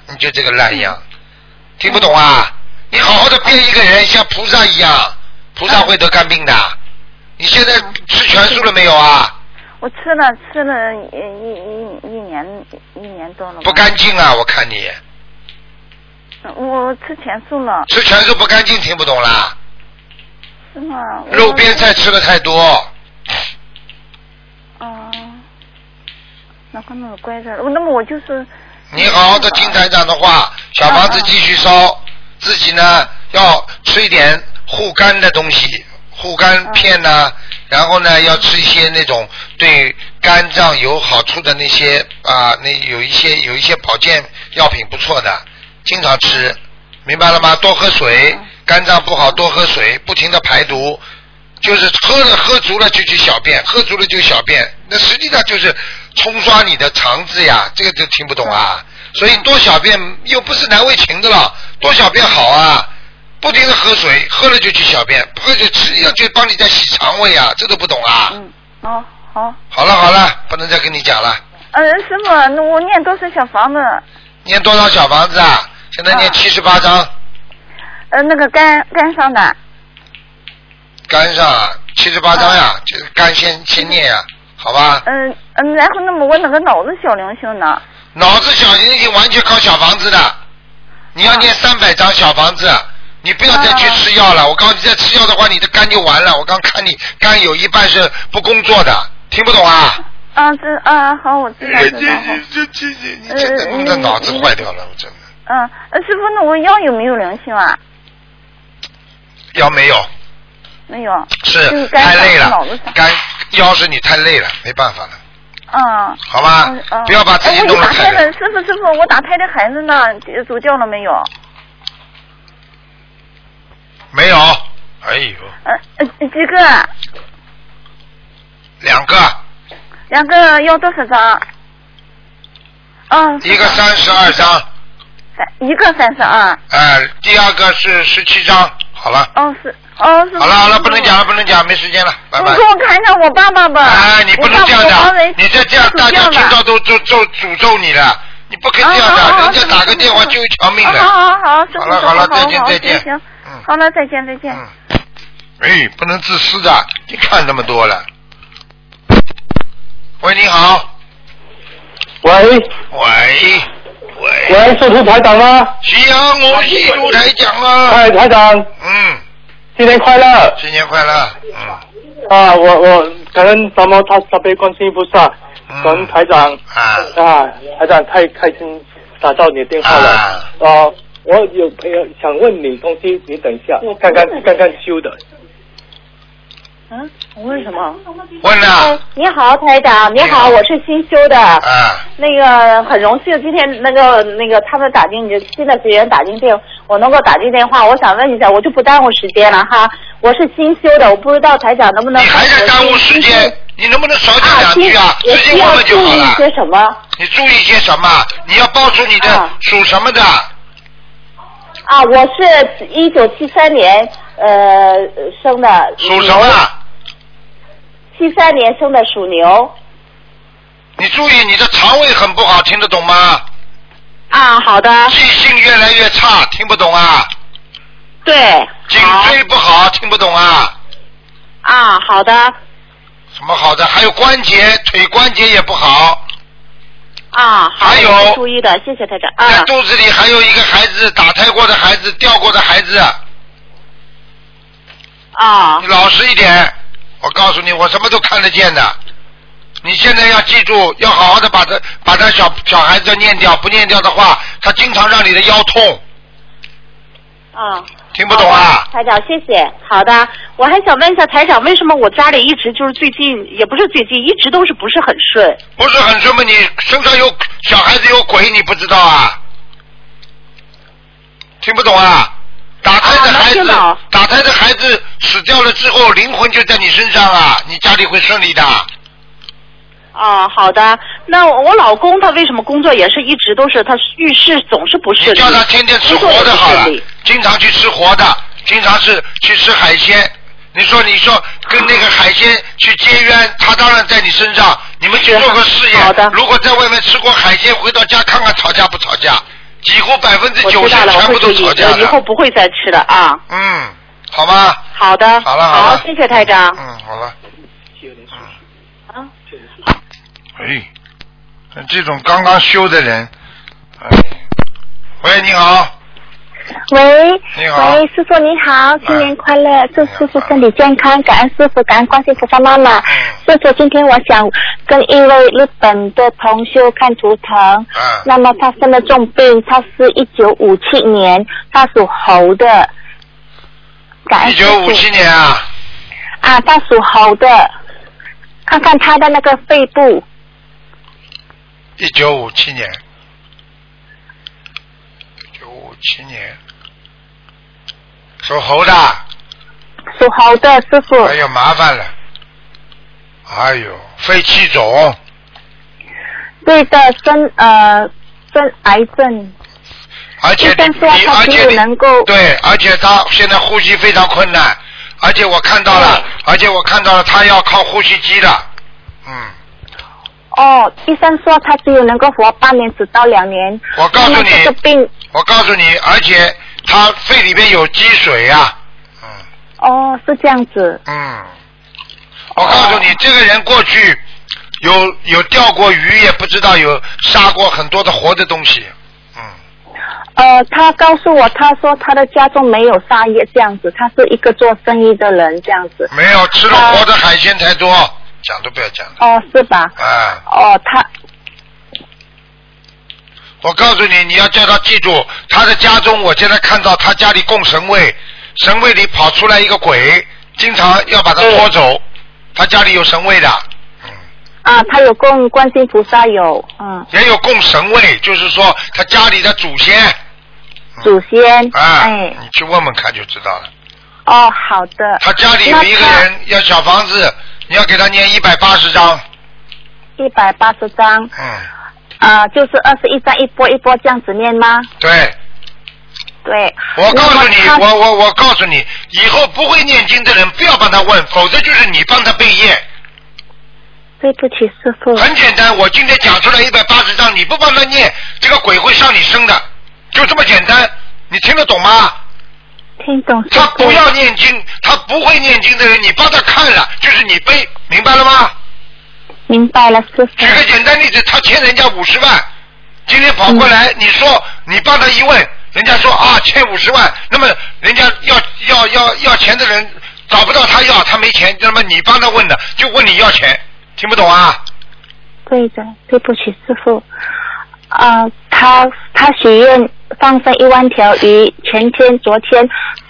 你就这个烂样，听不懂啊？你好好的变一个人，像菩萨一样，菩萨会得肝病的。你现在吃全素了没有啊？
我吃了吃了一一一一年年一年多了吧。
不干净啊！我看你
嗯我吃全素了，
吃全素不干净，听不懂啦？
是吗？我
肉边菜吃的太多，
嗯，那可能有怪事儿。那么我就是
你好好的听台长的话，小房子继续烧，自己呢要吃一点护肝的东西，护肝片呐、然后呢要吃一些那种对肝脏有好处的那些啊、那有一些有一些保健药品不错的，经常吃，明白了吗？多喝水，肝脏不好多喝水，不停的排毒。就是喝了喝足了就去小便，喝足了就小便，那实际上就是冲刷你的肠子呀，这个就听不懂啊。所以多小便又不是难为情的了，多小便好啊，不停的喝水，喝了就去小便，不喝就实际上就帮你在洗肠胃啊，这都不懂啊。
哦好，
好了好了，不能再跟你讲了。
嗯师傅，那我念多少小房子？
念多少小房子啊？现在念七十八章，
呃，那个肝肝上的，
肝上啊，七十八章呀，这个肝先先念呀，好吧？
嗯嗯，然后那么我那个脑子小灵性呢？
脑子小灵性完全靠小房子的，你要念三百张小房子，你不要再去吃药了。我告诉你，再吃药的话，你的肝就完了。我刚看你肝有一半是不工作的，听不懂啊？
啊，这啊好，我知道知道。
这这这，
呃
这这弄得脑子坏掉了，我真的。
嗯，呃师傅，那我腰有没有灵性啊？
腰没有，
没有。就是
是
肝
太
上
累了
脑子上，
肝腰是你太累了，没办法了，
嗯。
好吧
嗯嗯、？
啊不要把自己
哎
弄
我
得
打
太
胎
累
的。师傅师傅，我打胎的孩子呢？走掉了没有？
没有，哎呦，
嗯、呃，几个？
两个，
两个要多少张？啊，
一个三十二张，
三，一个三十二。
哎、第二个是十七张，好了。
哦，是哦，是。
好了好了，不能讲了，。不能讲，没时间了，拜
你
拜
给。我看一下我爸爸吧。
哎，你不能这样的，你再这样，大家听
知道。
到都都都诅咒你了，你不可以这样
啊好
的，
好
人家打个电话救一条命
好
的。
好好，师傅
好了好了
师傅
再见
好好
再见
行行
嗯，
好了，再见再见。
嗯，哎，不能自私的，你看那么多了。喂，你好，
喂
喂喂，
喂，是卢台长吗？
夕阳我戏如台讲啊，
哎，台长，
嗯，
新年快乐！
新年快乐，嗯
啊，我我感恩咱们他他被关心菩萨，
嗯
感恩台长
啊
啊，台长太开心打到你的电话了
啊
啊。我有朋友想问你东西，你等一下，刚刚刚刚修的。
嗯，问什么？
问了
你好，台长，你好，
你好
我是新修的。
哎
啊，
那个很荣幸，今天那个那个他们打进你新的学员打进电，我能够打进电话，我想问一下，我就不耽误时间了哈。我是新修的，我不知道台长能不能啊
你还在耽误时间，你能不能少讲两
啊，新
句啊？
我
直接
需要
问问
注
就好
意
了。
些什么
你注意些什么？你要报出你的
啊
属什么的？
啊？我是一九七三年呃生的，
属什么？的？
七三年生的属牛。
你注意你的肠胃很不好，听得懂吗？
啊，好的，
记性越来越差，听不懂啊？
对，
颈
好
椎不好，听不懂啊？
啊，好的。
什么好的？还有关节，腿关节也不好。
啊，好，
还有
我会注意的，谢谢台长
在
啊。
肚子里还有一个孩子，打胎过的孩子，掉过的孩子，
啊
你老实一点。我告诉你，我什么都看得见的。你现在要记住，要好好的把他把他小小孩子念掉，不念掉的话，他经常让你的腰痛，
啊，
听不懂啊？
台长，谢谢。好的，我还想问一下台长，为什么我家里一直就是最近，也不是最近，一直都是不是很顺？
不是很什么？你身上有小孩子有鬼，你不知道啊？听不懂啊？打胎的孩
啊能听
子，
懂
打胎的孩子死掉了之后，灵魂就在你身上啊，你家里会顺利的。
啊，好的。那我老公他为什么工作也是一直都是他遇事总是不
你
顺利？
叫他天天吃
工作也
活
不
的好了
顺利，
经常去吃活的，经常是去吃海鲜。你说，你说跟那个海鲜去结冤，他当然在你身上。你们去
是
做个试验，
好的
如果在外面吃过海鲜，回到家看看吵架不吵架，几乎百分之
我
九十
知道了，我
全
会
部
注
都
意，
吵架
我以后
的。
不会再吃的啊。
嗯，好吗？
好的，
好了
好
了，
谢谢台长。
嗯，好了。嗯。哎，这种刚刚修的人，哎，喂，你好，
喂，
你好哎
喂，师傅你好，新年快乐，祝师傅身体健康，感恩师傅，感恩观世音菩萨妈妈。
嗯
师傅，今天我想跟一位日本的同修看图腾，
啊嗯
那么他生了重病，他是一九五七年，他属猴的，感恩
一
师傅
九五七年啊，
啊，他属猴的，看看他的那个肺部，
一九五七年，一九五七年，属猴的，
属猴的师傅，
哎呦麻烦了，哎呦肺气肿，
对的，生呃生癌症，
而且
医生说
你
他
而
只
且
有
你
能够
对，而且他现在呼吸非常困难，而且我看到了，而且我看到了他要靠呼吸机的，嗯。
哦，医生说他只有能够活半年只到两年。
我告诉
那
你
这个病
我告诉你，而且他肺里边有积水啊。
哦是这样子，
嗯，我告诉你，这个人过去有有钓过鱼，也不知道有杀过很多的活的东西。嗯
呃，他告诉我，他说他的家中没有杀业这样子，他是一个做生意的人这样子。
没有吃了
啊
活的海鲜才多，讲都不要讲了。
哦，是吧？
啊，
哦，他
我告诉你，你要叫他记住，他的家中，我现在看到他家里供神位，神位里跑出来一个鬼，经常要把他拖走。他家里有神位的，
啊，他有供观世音菩萨有，嗯，
也有供神位，就是说他家里的祖先。
祖先，
啊，
哎，
你去问问看就知道了。啊
哦，好的。
他家里有一个人要小房子，你要给他念一百八十章。
一百八十张，
嗯，
啊，就是二十一张一波一波这样子念吗？
对，
对。
我告诉你
那，么他
我我我告诉你，以后不会念经的人不要帮他问，否则就是你帮他背业。
对不起，师傅。
很简单，我今天讲出来一百八十章，你不帮他念，这个鬼会上你身的，就这么简单。你听得懂吗？
听懂。师
他
傅
不要念经，他不会念经的人，你帮他看了，就是你背，明白了吗？
明白了，师傅。
举个简单例子，他欠人家五十万，今天跑过来，你说你帮他一问，人家说啊欠五十万，那么人家要要要要钱的人找不到他要，他没钱，那么你帮他问的，就问你要钱，听不懂啊？
对的，对不起，师傅。啊，他他许愿放生一万条鱼，前天、昨天，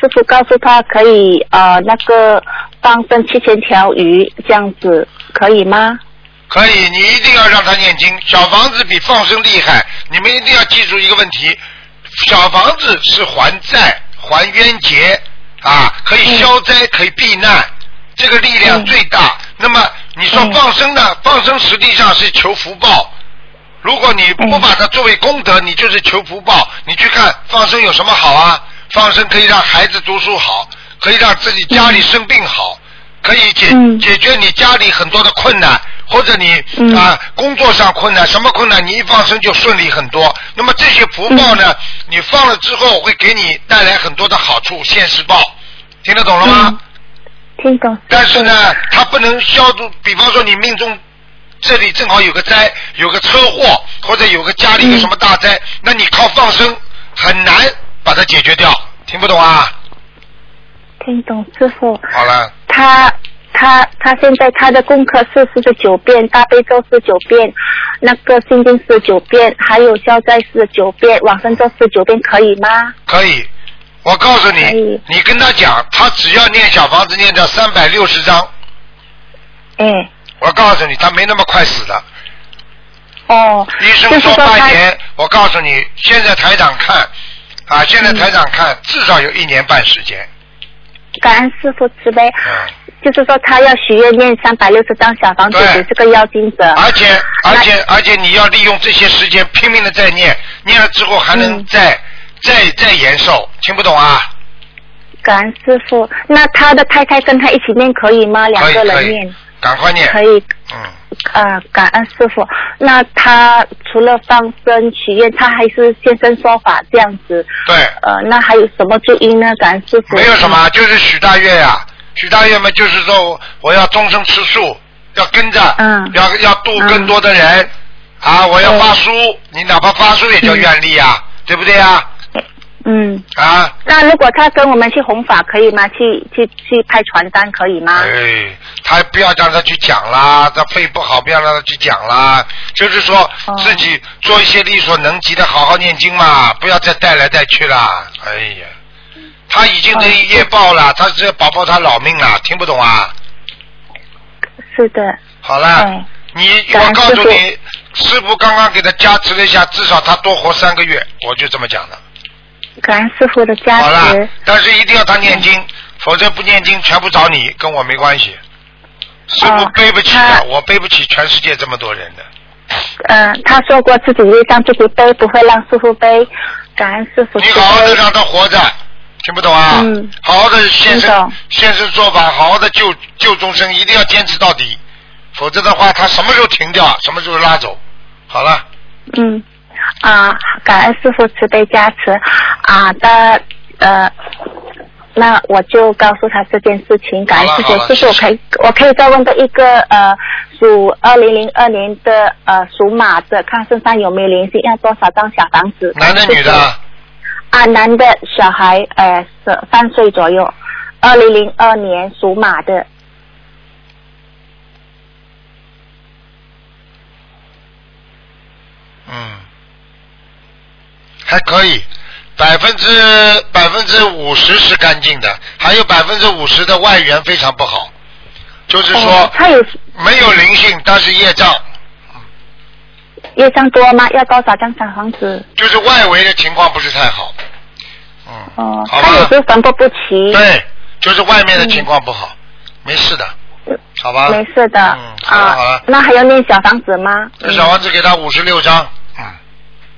师傅告诉他可以呃那个放生七千条鱼，这样子可以吗？
可以，你一定要让他念经。小房子比放生厉害，你们一定要记住一个问题：小房子是还债、还冤结啊，可以消灾，可以避难，这个力量最大。那么你说放生呢？放生实际上是求福报。如果你不把它作为功德，你就是求福报。你去看放生有什么好啊？放生可以让孩子读书好，可以让自己家里生病好，可以解、解决你家里很多的困难，或者你啊、工作上困难，什么困难你一放生就顺利很多。那么这些福报呢，你放了之后会给你带来很多的好处，现实报，听得懂了吗？
听懂。
但是呢，它不能消除，比方说你命中这里正好有个灾，有个车祸，或者有个家里有什么大灾，那你靠放生很难把它解决掉，听不懂啊？
听懂，师傅。
好了，
他他他现在他的功课是四十九遍，大悲咒四九遍，那个心经四九遍，还有消灾四九遍，往生咒四九遍，可以吗？
可以。我告诉
可
你
以，
你跟他讲，他只要念小房子念到三百六十章，
哎，
我告诉你，他没那么快死的。
哦，
医
就
生
是
说
说他
半年，我告诉你，现在台长看，啊，现在台长看，至少有一年半时间。
感恩师傅慈悲，
嗯。
就是说他要许愿念三百六十张小房子
对
给这个要经者。
而且而且而且你要利用这些时间拼命的再念，念了之后还
嗯
能再、再再延寿，听不懂啊？
感恩师傅，那他的太太跟他一起念可以吗？两
可以
个
可
人
以
念，
赶快念。
可以。
嗯，
呃，感恩师傅。那他除了放生许愿，他还是现身说法这样子。
对，
呃，那还有什么注意呢？感恩师傅。
没有什么，就是许大愿呀、许大愿嘛，就是说我要终生吃素，要跟着，
嗯
要要度更多的人、啊，我要发书，你哪怕发书也叫愿力呀、对不对呀、
嗯，
啊？
那如果他跟我们去弘法可以吗？去去去派传单可以吗？
哎，他不要让他去讲啦，他肺不好，不要让他去讲啦。就是说
哦
自己做一些力所能及的，好好念经嘛，不要再带来带去啦。哎呀，他已经这业报了，他这保保他老命了，听不懂啊？
是的，哎
好了，
嗯
你
感
我
恩
告诉
师父
你，师傅刚刚给他加持了一下，至少他多活三个月，我就这么讲的。
感恩师傅的
好
加
了
持。，嗯
但是一定要他念经，否则不念经全部找你，跟我没关系。师
哦
傅背不起的，我背不起全世界这么多人的。
嗯、
呃
他说过自己业障自己背，不会让师傅背。感恩师傅。
你好好的让他活着，听不懂啊？
嗯
好好的现
听
身
懂
现身做法，好好的救救众生，一定要坚持到底，否则的话，他什么时候停掉，什么时候拉走。好了，
嗯，啊，感恩师傅慈悲加持啊那呃，那我就告诉他这件事情，感恩师
好
傅
了好。了
师傅，我可以我可以再问到一个呃，属二零零二年的呃属马的，看身上有没有灵性，要多少张小房子？
男的
谢谢
女的，
啊，男的小孩，呃，十三岁左右，二零零二年属马的。
嗯，还可以，百分之百分之五十是干净的，还有百分之五十的外缘非常不好，就是
哦
说
他有
没有灵性，但是业障，
业障多吗？要多少张小房子？
就是外围的情况不是太好。嗯，
哦，
好吧
他有时候魂魄不齐。
对，就是外面的情况不好，没事的，好吧？
没事的、
嗯好了
啊
好了
那还要念小房子吗？嗯
这小房子给他五十六张，嗯，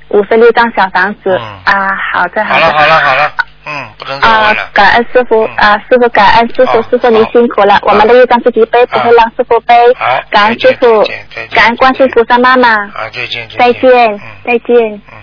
五十六张小房子、
嗯
啊，好的
好
的。
了好了好了，嗯，不能再
啊
问了，。
感恩师傅
嗯
啊，师傅感恩师
好
傅，师傅您
好
辛苦了。我们的业障自己背，不会让师傅背
好。
感恩师
再
傅
见再见再见，
感恩观世菩萨妈妈。
啊，再见
再见
嗯，
再见。
嗯。